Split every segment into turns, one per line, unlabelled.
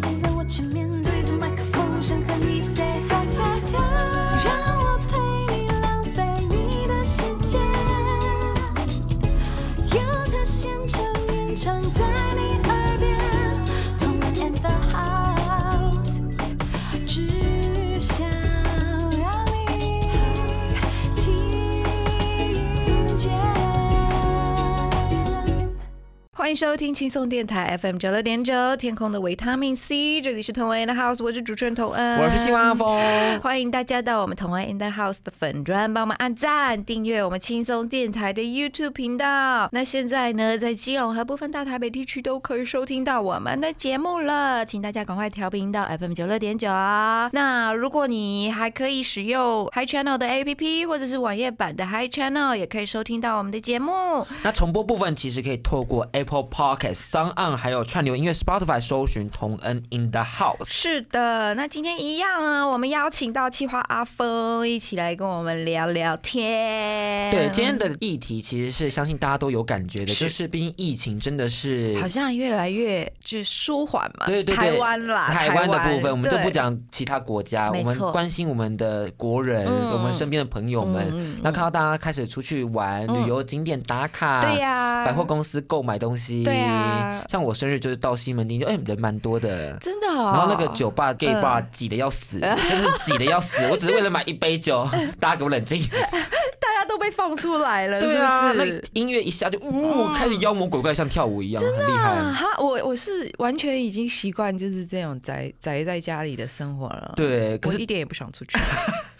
站在我前面，对着麦克风，想和你 say hi hi hi，让我陪你浪费你的时间。有个现场演唱在你耳边，同我 and the house，只想让你听见。
欢迎收听轻松电台 FM 九六点九，天空的维他命 C，这里是同恩 in the house，我是主持人同恩，
我是青蛙阿。峰。
欢迎大家到我们同恩 in the house 的粉砖，帮忙按赞、订阅我们轻松电台的 YouTube 频道。那现在呢，在基隆和部分大台北地区都可以收听到我们的节目了，请大家赶快调频到 FM 九六点九。那如果你还可以使用 Hi Channel 的 APP 或者是网页版的 Hi Channel，也可以收听到我们的节目。
那重播部分其实可以透过 Apple Podcast、s o n On 还有串流音乐 Spotify 搜寻同恩 In the House。
是的，那今天一样啊，我们邀请到企划阿峰一起来跟我们聊聊天。
对，今天的议题其实是相信大家都有感觉的，就是毕竟疫情真的是。
好像越来越就是舒缓嘛，
对对对，
台湾啦，
台湾的部分我们就
对
不讲其他国家，
没
我们
错
关心我们的国人，
嗯
我们身边的朋友们。
嗯
那看到大家开始出去玩，
嗯
旅游景点打卡，
对呀，
啊百货公司购买东西，
对啊
像我生日就是到西门町，就哎、人蛮多的。
真的哦，
然后那个酒吧、gay
啊嗯
bar 挤得要死，真的是挤得要死。我只是为了买一 杯酒，大家给我冷静。
大家都被放出来了，
对啊，
呃是不
那
是？
音乐一下就呜，开始妖魔鬼怪，像跳舞一样，很厉
啊
害。
哈，我我是完全已经习惯就是这种宅宅在家里的生活了，，
对，可
我
是
一点也不想 出去，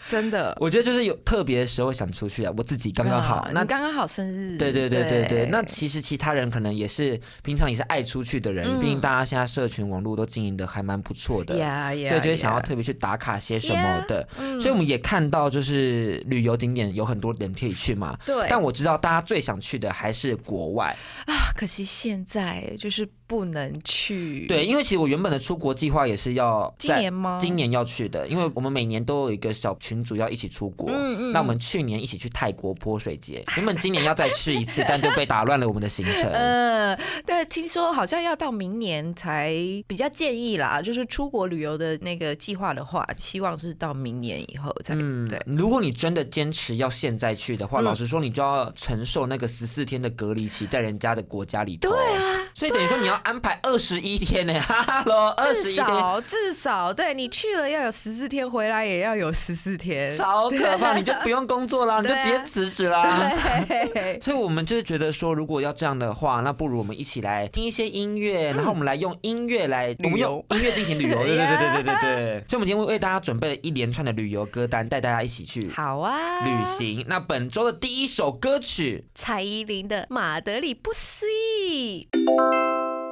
真的。
我觉得就是有特别的时候想出去啊，我自己刚刚好
啊。
那
你刚刚好生日，
对对对对对，那其实其他人可能也是平常也是爱出去的
嗯
人，毕竟大家现在社群网络都经营的还蛮不错的。
呀呀，
所以就会想要
yeah
特别去打卡些什么的
Yeah，嗯
所以我们也看到就是旅游景点有很多人可以去嘛，
对，
但我知道大家最想去的还是国外，
啊，可惜现在就是不能去。
对，，因为其实我原本的出国计划也是要
嗯今
在
年吗
今年要去的，因为我们每年都有一个小群组要一起出国，
嗯嗯
那我们去年一起去泰国泼 水节，原本今年要再去一次，但就被打乱了我们的行程。
呃，但听说好像要到明年才比较建议啦，就是出国旅游的那个计划的话，期望是到明年以后才、
嗯
对。嗯
如果你真的坚持要现在去的话，老实说，你就要承受那个十四天的隔离期，在人家的国家里头。对啊，所以等于说你要安排二十
啊
一天呢、 哈喽，二十
至
一天，
少至少，对你去了要有十四天，回来也要有十四天。
超可怕！你就不用工作啦，你就
啊对啊
直接辞职啦。
对
所以，我们就是觉得说，如果要这样的话，那不如我们一起来听一些音
嗯
乐，然后我们来用音乐来，我们用音乐进行旅游。对对对对对对 对。所以，我们今天为大家准备了一连串的旅游歌单，带大家一起去
好啊，
旅行。那本周的第一首歌曲
蔡依林的《马德里不思议》。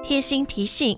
贴心提醒：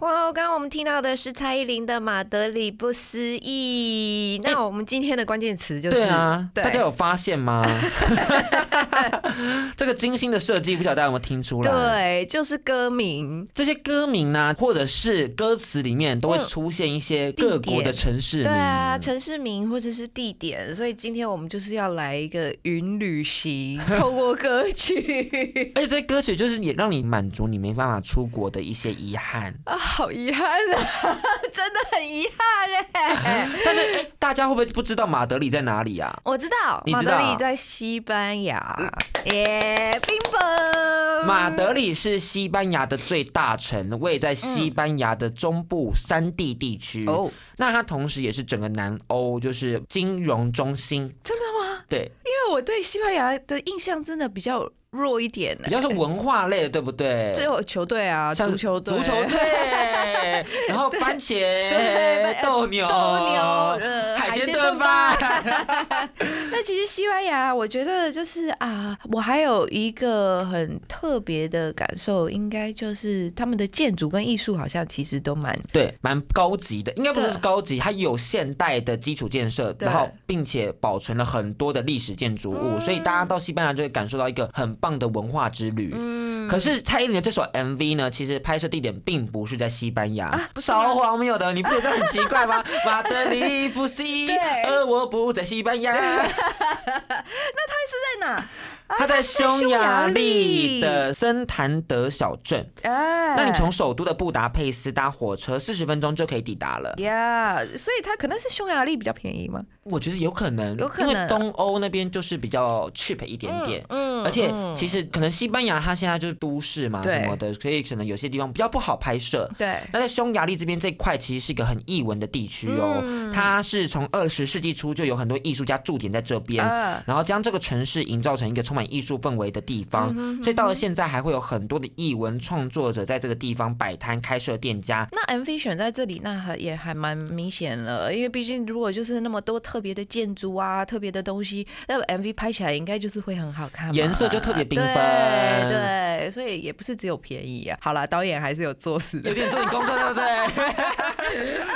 哇，刚刚我们听到的是蔡依林的《马德里不思议》。那我们今天的关键词就是，
对啊，
对
大家有发 现吗？ 这个精心的设计，不晓得大家有没有听出来？，
对，就是歌名，
这些歌名呢、或者是歌词里面，都会出现一些各国的城市
嗯对
名。
啊，城市名或者是地点。所以今天我们就是要来一个云旅行，透过歌曲
而且这些歌曲就是也让你满足你没办法出国的一些遗憾，
啊，好遗憾啊， 真的很遗憾哎、
但是哎、大家会不会不知道马德里在哪里啊？
我知道，
你
马
知
德
道
里在西班牙，耶，冰雹，
马德里是西班牙的最大城，位在西班牙的中部山地地区。
嗯哦，
那它同时也是整个南欧就是金融中心。真的吗？对，
因为我对西班牙的印象真的比较弱一点、欸
比较是文化类的，对不对？
最后球队啊，
像
足球队，
足球 队，然后番茄
对，
豆牛、
斗牛呃
海
海
鲜
鲜
炖
炖
饭。
那其实西班牙，我觉得就是啊，我还有一个很特别的感受，应该就是他们的建筑跟艺术好像其实都蛮
对，蛮高级的，应该不
对
是高级，它有现代的基础建设，
对
然后并且保存了很多的历史建筑物，所以大家到西班牙就会感受到一个很棒的文化之旅。可是蔡依林的这首 MV 呢，其实拍摄地点并不是在西班牙，超荒谬的，你不觉得这很奇怪 吗？马德里不西，
对
而我不在西 班牙，
在哪？
它在匈牙利
匈牙利
的森坦德小镇。
哎
那你从首都的布达佩斯搭火车四十分钟就可以抵达了。
呀所以它可能是匈牙利比较便宜嘛。
我觉得有可能，
有可能
因为东欧那边就是比较 cheap 一点点。
嗯
而且其实可能西班牙它现在就是都市嘛
对
什么的，所以可能有些地方比较不好拍摄。
对，
那在匈牙利这边这块其实是一个很艺文的地区哦，
嗯
它是从二十世纪初就有很多艺术家驻点在这边，
啊
然后将这个城市营造成一个充满艺术氛围的地方，
嗯
所以到了现在还会有很多的艺文创作者在这个地方摆摊、开设店家。
那 MV 选在这里，那还也还蛮明显了，因为毕竟如果就是那么多特别的建筑啊、特别的东西，那 MV 拍起来应该就是会很好看嘛，
颜色就特别缤纷
对对，所以也不是只有便宜啊。好啦，导演还是有做事
有
的。
点做你工作，对不对？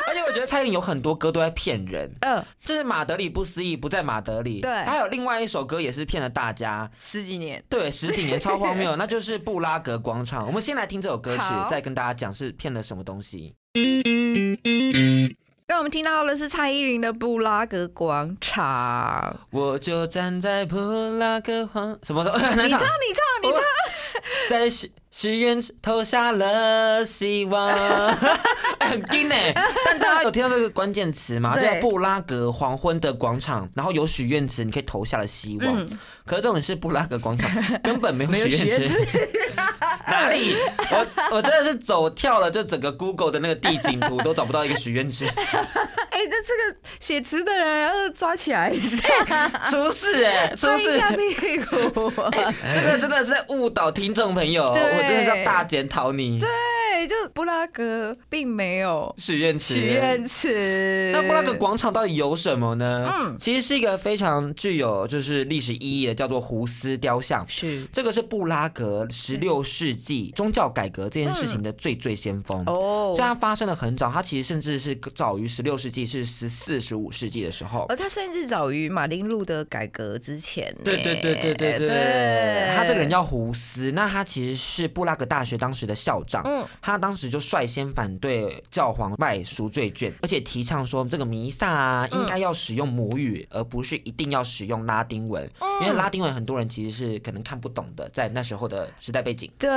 而且我觉得蔡依林有很多歌都在骗人，
嗯，
就是马德里不思议不在马德里，
对
还有另外一首歌也是骗了大家，
十几年，
对，十几年超 荒谬，那就是布拉格广场。我们先来听这首歌曲
好，
再跟大家讲是骗了什么东西。
让我们听到的是蔡依林的《布拉格广场
我就站在布拉格广什么时候？》。
你
难
唱，
唱
你唱，你
哦
唱，
在许许愿池投下了 希望，哎很劲呢、但大家有听到这个关键词吗？
对
叫布拉格黄昏的广场，然后有许愿池，你可以投下了希望。可是这种是布拉格广 场根本没有
嗯没有
许愿
许
池， 哪里？我我真的是走跳了，这整个 Google 的那个地景图都找不到一个许愿 池，
哎、那这个写词的人要抓起来一下，
出事哎、出
拍一
事！哎
下屁股。
这个真的是在误导听众朋友，
对
我真的是要大检讨你。
对，哎就布拉格并没有
许愿池，
许愿池。
那布拉格广场到底有什么呢？
嗯
其实是一个非常具有就是历史意义的，叫做胡斯雕像。
是
这个是布拉格十六世纪宗教改革这件事情的最最先锋。
哦
所以它发生的很早，它其实甚至是早于十六世纪，是十四、十五世纪的时候。
而哦他甚至早于马丁路德改革之前欸呢。
对对对对对对，他这个人叫胡斯，那他其实是布拉格大学当时的校长，
嗯
他当时就率先反对教皇卖赎罪券，而且提倡说这个弥撒啊
嗯
应该要使用母语，而不是一定要使用拉丁文，
嗯
因为拉丁文很多人其实是可能看不懂的，在那时候的时代背景。
对，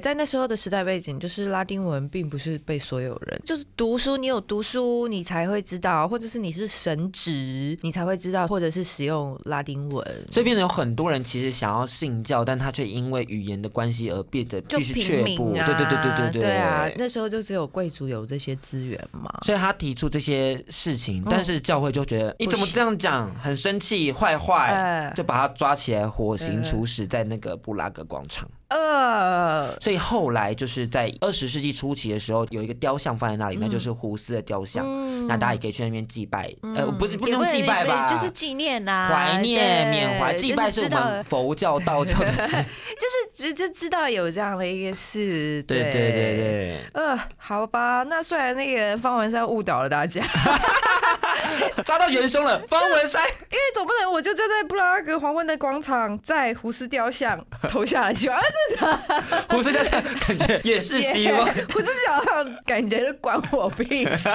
在那时候的时代背景，就是拉丁文并不是被所有人，就是读书，你有读书，你才会知道，或者是你是神职，你才会知道，或者是使用拉丁文。
所以变成有很多人其实想要信教，但他却因为语言的关系而变得
就
必须
平
却步。
民啊，
对对对对对
对啊！那时候就只有贵族有这些资源嘛。
所以他提出这些事情，但是教会就觉得你怎么这样讲，很生气，坏坏
哦哎，
就把他抓起来火刑处死在那个布拉格广场。
呃，
所以后来就是在二十世纪初期的时候，有一个雕像放在那里，
嗯
那就是胡斯的雕像，那大家也可以去那边祭拜，呃，不是不
嗯也
能
会
祭拜吧，
就是纪念啦、
怀
对
念、缅怀，祭拜
就是
我
知道
们佛教、道教 的事。
就是就就知道有这样的一个事。
对对对
对。
对。
呃，好吧，那虽然那个方文山误导了大家， 因
抓到元凶了，方文山。
为总不能我就站在布拉格黄昏的广场，在胡斯雕像投下了希望，啊，
胡斯雕像感觉也是
这
希望。
胡斯雕像感觉就管我屁 事。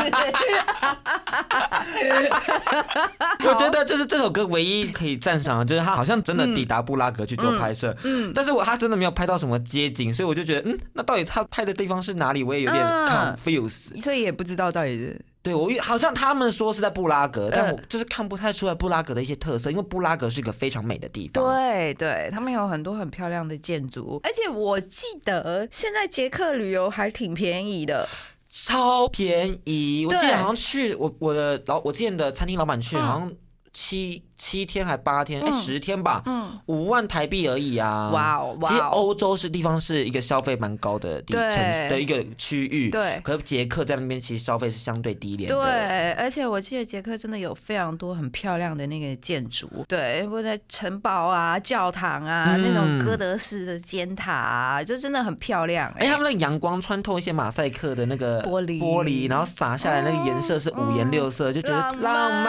我觉得就是这首歌唯一可以赞赏的，就是他好像真的抵达布拉格去做拍摄，嗯，但是我他真的没有拍到什么街景，所以我就觉得，嗯，那到底他拍的地方是哪里？我也有点
嗯
confuse。
所以也不知道到底是
对我好像他们说是在布拉格，但
嗯
我就是看不太出来布拉格的一些特色，因为布拉格是一个非常美的地方。
对对，他们有很多很漂亮的建筑，而且我记得现在捷克旅游还挺便宜的，
超便宜，我
对
记得好像去我我的老我之前的餐厅老板去，好像七七天还八天，哎、
嗯
十天吧，
嗯，
五万台币而已啊！
哇哦哇哦
其实欧洲是地方是一个消费蛮高的地
对
城市的一个区域，
对
可是捷克在那边其实消费是相对低廉的，
对，而且我记得捷克真的有非常多很漂亮的那个建筑，对，或者城堡啊、教堂啊，那种
嗯
哥德式的尖塔、啊，就真的很漂亮、
哎、
哎
他们的阳光穿透一些马赛克的那个
玻璃嗯
玻璃，然后洒下来那个颜色是五颜六色，就觉得
浪
浪
漫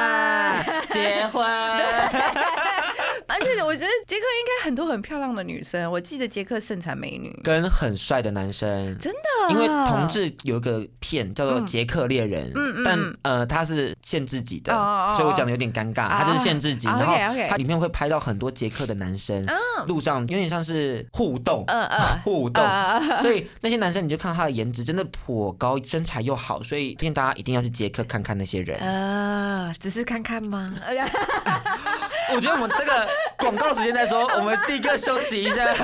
漫。结婚，
而且我觉得捷克应该很多很漂亮的女生，我记得捷克盛产美女，
跟很帅的男生，
真
的因为同志有一个片叫做《捷克猎人》，
嗯嗯嗯
但
嗯
呃他是限制级的，
哦哦哦
所以我讲的有点尴尬，
啊
他就是限制级，
啊
然后
OK，OK
他里面会拍到很多捷克的男生，
啊
路上有点像是互动，
嗯嗯
互动。
啊，
所以那些男生，你就看他的颜值真的颇高，身材又好，所以推荐大家一定要去捷克看看那些人。
啊，只是看看 吗？
我觉得我们这个广告时间再 说，我们立刻休息一下。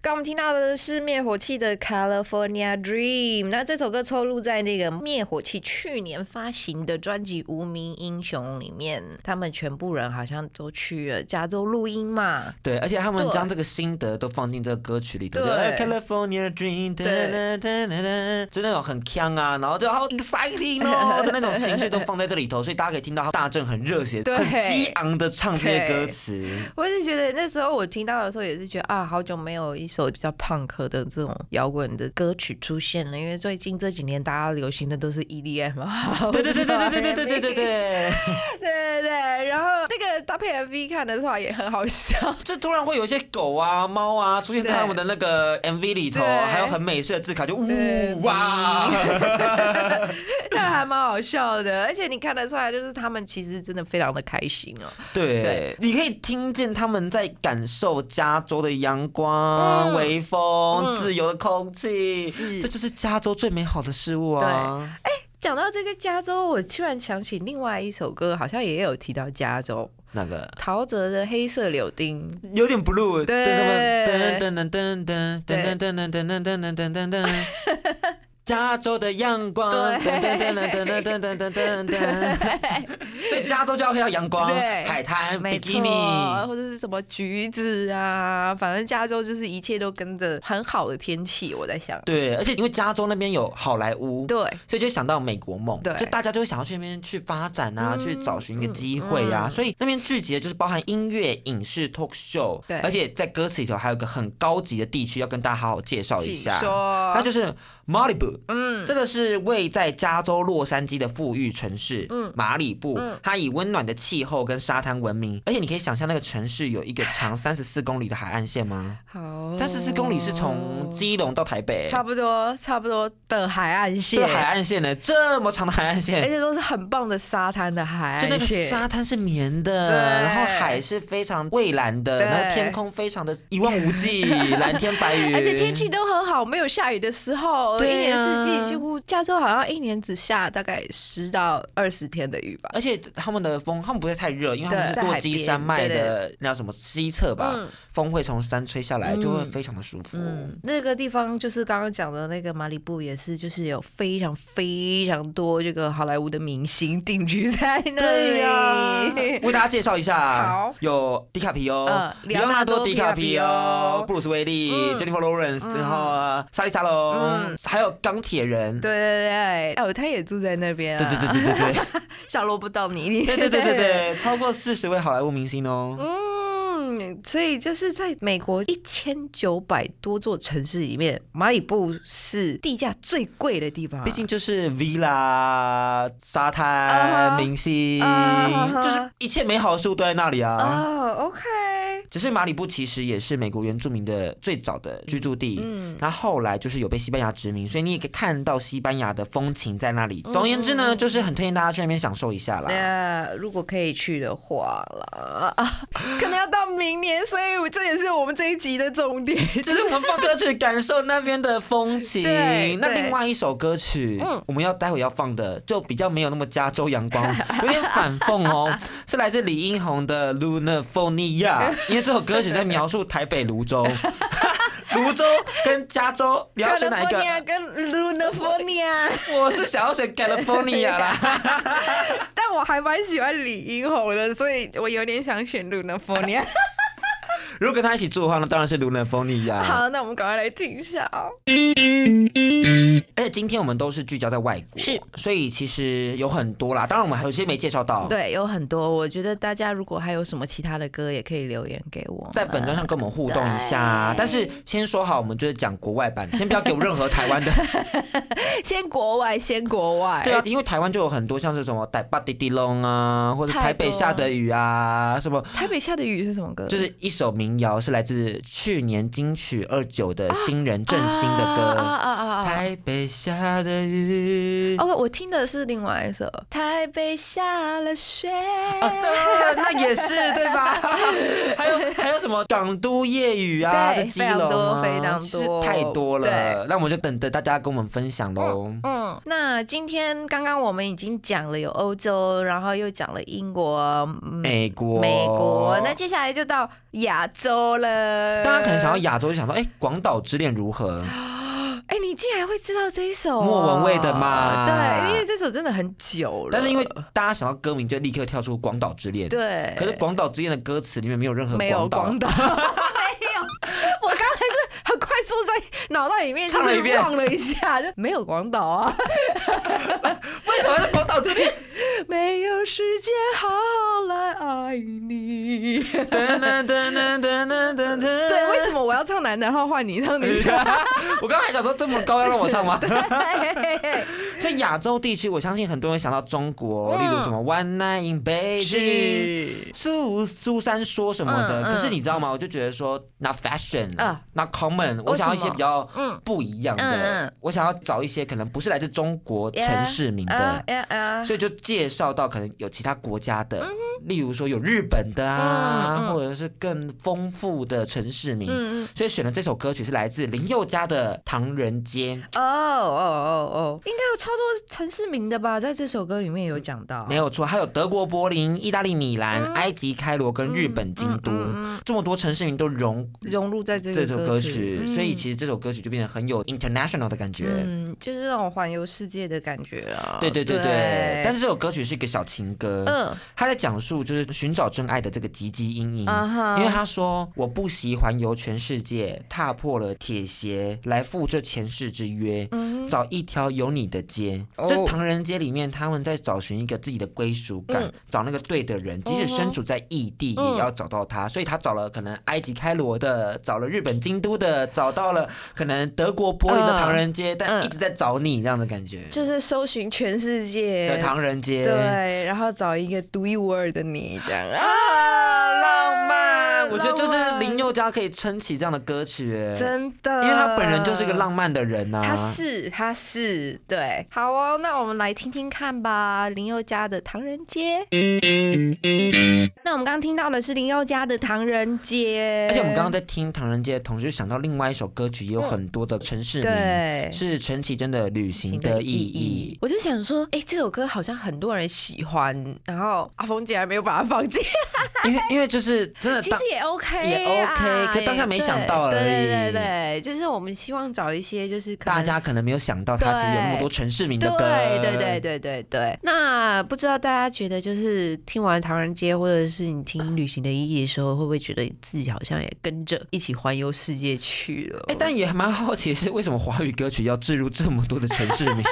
刚我们听到的是灭火器的《California Dream》，那这首歌收录在那个灭火器去年发行的专辑《无名英雄》里面。他们全部人好像都去了加州录音嘛，
对，而且他们
对
将这个心得都放进这个歌曲里头，就
对
哎 California Dream，哒
对
哒哒哒哒就那种很呛啊，然后就好 exciting 哦的那种情绪都放在这里头，所以大家可以听到大正很热血、
对
很激昂的唱这些歌词。
我是觉得那时候我听到的时候也是觉得啊，好久没有一首比较胖克的这种摇滚的歌曲出现了，因为最近这几年大家流行的都是 EDM 啊，
对对对对对对对对对对，
对对对，然后这个搭配 MV 看的话也很好笑，
就突然会有一些狗啊、猫啊出现在
对
他们的那个 MV 里头，
对
还有很美式的字卡，就
对
呜哇，
但还蛮好笑的，而且你看得出来，就是他们其实真的非常的开心哦。
对，
对
你可以听见他们在感受加州的阳光、
嗯
微风、自由的空气，
是
这就是加州最美好的事物啊！
讲到这个加州，我突然想起另外一首歌，好像也有提到加州，
那个
陶喆的《黑色柳丁》。
有点 blue，
对
但是什么噔噔噔噔
对
噔噔噔噔噔噔噔噔噔噔。 加州的阳光，噔
对
噔噔噔噔噔噔 噔噔噔，所以加州就要看到阳光、
对
海滩、比
没
基
错
尼，，
或者是什么橘子啊，反正加州就是一切都跟着很好的天气。我在想，
对，而且因为加州那边有好莱坞，
对，
所以就会想到美国梦，
对嗯
就大家就会想要去那边去发展啊，去找寻一个机会啊，
嗯嗯
所以那边聚集的就是包含音乐、影视、talk show，
对
而且在歌词里头还有一个很高级的地区要跟大家好好介绍一
请
下，
说，
那就是 Malibu，
嗯，
这个是位在加州洛杉矶的富裕城市，
嗯
马里布，
嗯
它以温暖的气候跟沙滩闻名，而且你可以想象那个城市有一个长三十四公里的海岸线吗？
好，
三十四公里是从基隆到台北，
哦差不多差不多的海岸线
对，海岸线呢，这么长的海岸
而
线。
且都是很棒的沙滩的海岸
就
线，
那个沙滩是绵
哎
的，
对
然后海是非常蔚蓝的，
对
然后天空非常的一望 无际，蓝天白云，
而且天气都很好，没有下雨的时候，一
对啊
年
呀
四季几乎加州好像一年只下大概十到二十天的雨吧。
而且他们的风，他们不会太热，因为他们
对
是
在海
落基山
边
脉
对
的那叫什么西侧吧，
嗯
风会从山吹下来，
嗯
就会非常的舒服。
嗯，那个地方就是刚刚讲的那个马里布，也是就是有非常非常多这个好莱坞的明星定居在那里。
对啊呀、 为大家介绍一下，
好
有迪卡皮欧
嗯、
里奥纳多·迪卡皮
里奥纳多
欧、布鲁斯·威利、
嗯
Jennifer Lawrence，、然后莎莉·沙龙
嗯，
还有钢铁人。
对对对，哦，他也住在那边、啊。
对对对对对对
小萝卜到 你。
对对对对对，超过四十位好莱坞明星哦。
嗯，所以就是在美国一千九百多座城市里面，马里布是地价最贵的地方啊、
毕竟就是 villa、沙
啊哈
滩、明星
啊哈，
就是一切美好的事物都在那里啊。
哦，OK、o k
只是马里布其实也是美国原住民的最早的居住地，
嗯
那后来就是有被西班牙殖民，所以你也可以看到西班牙的风情在那
嗯
里。总而言之呢，就是很推荐大家去那边享受一下啦。
那如果可以去的话啦，啊，可能要到明年，所以我这也是我们这一集的重点。
就是我们放歌曲，感受那边的风 情
对。
那
对嗯
另外一首歌曲，我们要待会要放的，就比较没有那么加州阳 光，有点反讽哦，是来自李英宏的《Luna f o n i a 因为这首歌曲在描述台北 泸州，泸州跟加州，你要选哪一个？
California 跟 Lunafornia，
我是想要选 California 啦。
但但我还蛮喜欢李英宏的，所以我有点想选 Luna f o n i a
如果跟他一起住的话，那当然是卢南风尼亚。
好，那我们赶快来听一下哦。
而且今天我们都是聚焦在外国，
是，
所以其实有很多啦。当然我们还有些没介绍到，，
对，有很多，我觉得大家如果还有什么其他的歌，也可以留言给我们。
在粉砖上跟我们互动一下。但是先说好，我们就是讲国外版，先不要给我任何台湾 的。
先国外，先国外。
对啊，因为台湾就有很多像是什么台巴滴滴隆啊，或者台北下的雨啊，什么。
哎台北下的雨是什么歌？
就是一首民谣，是来自去年金曲二九的新人郑兴的歌。
啊啊啊啊啊！
台北下的雨。
哦，我听的是另外一首《台北下了雪》。
呃那也是对 吧？还有还有什么港都夜雨啊？
对
这基隆啊，
非常多非常多
是太多了
对。
那我们就等着大家跟我们分享喽。
嗯，那今天刚刚我们已经讲了有欧洲，然后又讲了英国、嗯
美国，
美国，那接下来就到亚洲了。
大家可能想到亚洲，就想到哎，广岛之恋如何？
哎、你竟然会知道这一首、啊
莫文蔚的嘛
对，因为这首真的很久了。
但是因为大家想到歌名，就立刻跳出广岛之恋。。
对，
可是广岛之恋的歌词里面没有任何
没有
岛，
广岛，没 有。我刚才是很快速在脑袋里面
唱了一遍
就是晃了一下，就没有广岛 啊，
为什么是广岛之恋？
没有时间好好来爱 你。
噔噔噔噔噔噔噔噔。
对，为什么我要唱男的，然后换你唱 女的？
我刚刚还想说这么高要让我唱吗？
对
所以亚洲地区，我相信很多人想到中国，
嗯
例如什么《One Night in Beijing》。
是
苏苏珊说什么的，
嗯嗯
可是你知道吗？我就觉得说，not fashion，
啊
，not common，我想要一些比较
嗯
不一样
嗯
的
嗯，
我想要找一些可能不是来自中国
Yeah，
城市名
啊
的，
呀啊！
所以就介绍到可能有其他国家的，例如说有日本的啊
嗯，嗯
或者是更丰富的城市名。
嗯嗯。
所以选的这首歌曲是来自林宥嘉的《唐人街》。
哦哦哦哦，应该有超多城市名的吧，在这首歌里面有讲到。
没有错，还有德国柏林、意大利米兰、
嗯
埃及开罗跟日本京都，这么多城市名都融
融入在这个
这首歌曲，
曲，
所以其实这首歌曲就变得很有 international 的感觉。
嗯，就是那种环游世界的感觉啊。
对对对对，但
是
是这首歌曲是一个小情歌，
嗯
他在讲述就是寻找真爱的这个汲汲营营。
啊哈，
因为他说：“我不惜环游全世界，踏破了铁鞋来赴这前世之约，找一条有你的街。
嗯哦
这唐人街里面，他们在找寻一个自己的归属感，
嗯
找那个对的人，即使身处在异地，也要找到他。所以他找了可能埃及开罗的，找了日本京都的，找到了可能德国柏林的
嗯
唐人街，但
嗯
一直在找你这样的感觉
就是搜寻全世
的
界，
唐人街。
对，然后找一个独一无二的你这样啊。
啊，浪漫！我觉得就是
浪漫
林宥嘉可以撑起这样的歌曲、哎
真的，
因为他本人就是个浪漫的人呐、啊
他是他是对，好哦，那我们来听听看吧，林宥嘉的《唐人街》。那我们刚刚听到的是林宥嘉的《唐人街》，
而且我们刚刚在听唐人街的同时，就想到另外一首歌曲，也有很多的城市名，
对
是陈绮贞的《旅行的意义》。
我就想说，哎、这首歌好像很多人喜欢，然后阿峰竟然没有把它放进，
因为因为就是真的
其
当
实也 OK，啊、
也 OK，可当下没想到而已
对对对对，就是我们希望找一些就是可能
大家可能没有想到，他其实有那么多城市名的歌，
对对对对对对。那不知道大家觉得，就是听完《唐人街》或者是你听《旅行的意义》的时候，会不会觉得自己好像也跟着一起环游世界去了？
哎、但也蛮好奇是为什么华语歌曲要置入这么多的城市 名，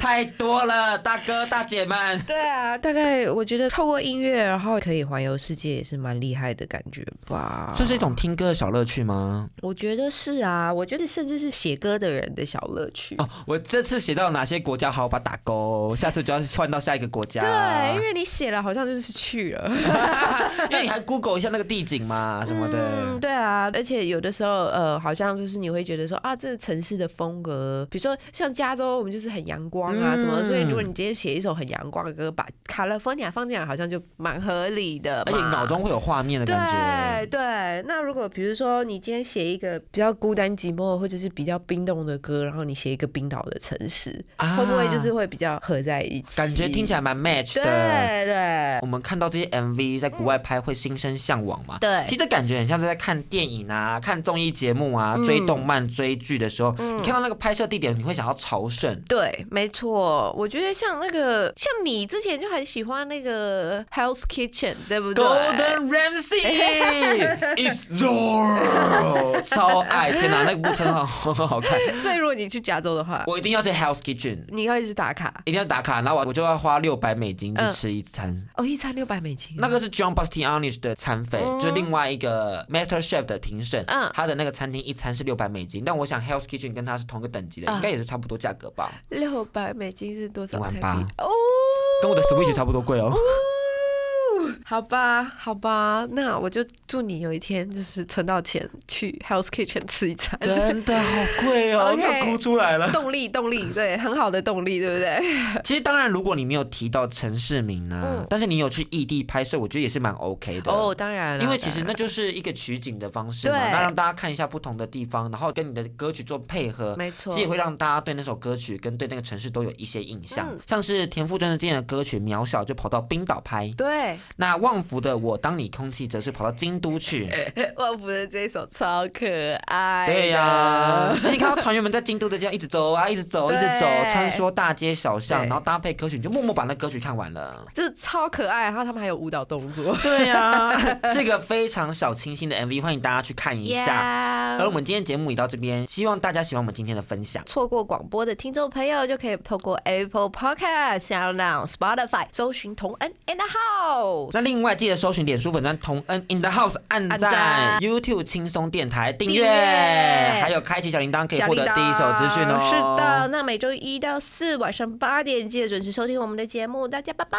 太多了，大哥大姐们。
对啊，大概我觉得透过音乐，然后可以环游世界，也是蛮厉害的感觉吧。
这是一种听歌的小乐趣吗？
我觉得是啊，我觉得甚至是写歌的人的小乐趣。
哦，我这次写到哪些国家，好好把它打勾，下次就要换到下一个国家。
对，因为你写了，好像就是去了。
因为你还 Google 一下那个地景嘛什么的
嗯，。对啊，而且有的时候，呃，好像就是你会觉得说啊，这个城市的风格，比如说像加州，我们就是很阳光啊什么的，
嗯
所以如果你今天写一首很阳光的歌，把 California 放进来，好像就蛮合理的嘛，
而且脑中会有画面的感
对
觉，
对，那如果比如说你今天写一个比较孤单寂寞，或者是比较冰冻的歌，然后你写一个冰岛的城市，
啊
会不会就是会比较合在一起？
感觉听起
来
来蛮 match
对
的。
对
我们看到这些 MV 在国外拍会心生向往嘛？
对
其实这感觉很像是在看电影啊、看综艺嗯节目啊、追动漫、追剧的时候，你看到那个拍摄地点，你会想要朝圣。
对，没错，我觉得像那个，像你之前就很喜欢那个 Hell's Kitchen，对不对？
Golden Ramsey is your，超 爱！天哪，那个部真的很很好看，
所以如果你去加州的话，
我一定要去 House Kitchen，
你要一直打卡
一定要打卡，然后我我就要花六百美金去吃一餐。
哦，一餐六百美金。
那个是 John Bastianich 的餐费，就另外一个 Master Chef 的评审，
哦嗯
他的那个餐厅一餐是六百美金，但我想 Hell's Kitchen 跟他是同个等级的，
嗯
应该也是差不多价格吧，
六百美金是多少
一万
台币
八？
哦，
跟我的 Switch 差不多 贵哦。
好吧，好吧，那我就祝你有一天就是存到钱去 Hell's Kitchen 吃一餐。
真的好贵哦，
OK
要哭出来了。
动力，动力，对，很好的动力，对不对？
其实当然，如果你没有提到城市名呢、
嗯
但是你有去异地拍摄，我觉得也是蛮 OK 的。
哦，当然了，
因为其实那
当
就是一个取景的方式嘛，
对
那让大家看一下不同的地方，然后跟你的歌曲做配合，
然没错
其实，也会让大家对那首歌曲跟对那个城市都有一些印象。
嗯
像是田馥甄的之前的歌曲《渺小》就跑到冰岛拍，
对，
那旺福的《我当你空气》则是跑到京都去。
哎 旺福的这一首超可爱的，
对呀、那你看到团员们在京都的这样一直走啊，一直走，一直走，
对
穿梭大街小巷，
对
然后搭配歌曲，你就默默把那歌曲看完了。
就是超可爱，然后他们还有舞蹈动 作，
对呀、 是个非常小清新的 MV，欢迎大家去看一下。而我们今天节目也到这边，希望大家喜欢我们今天的分享。
错过广播的听众朋友，就可以透过 Apple Podcast、Sound On、Spotify 搜寻同恩 and How。
那另外记得搜寻脸书粉专同恩 in the house 按
按
赞
赞
，YouTube 轻松电台订
订
阅
阅，
还有开启小铃铛可以
小
获得
铃铛
第一手资讯哦。
是的，，那每周一到四晚上八点记得准时收听我们的节目，大家拜拜。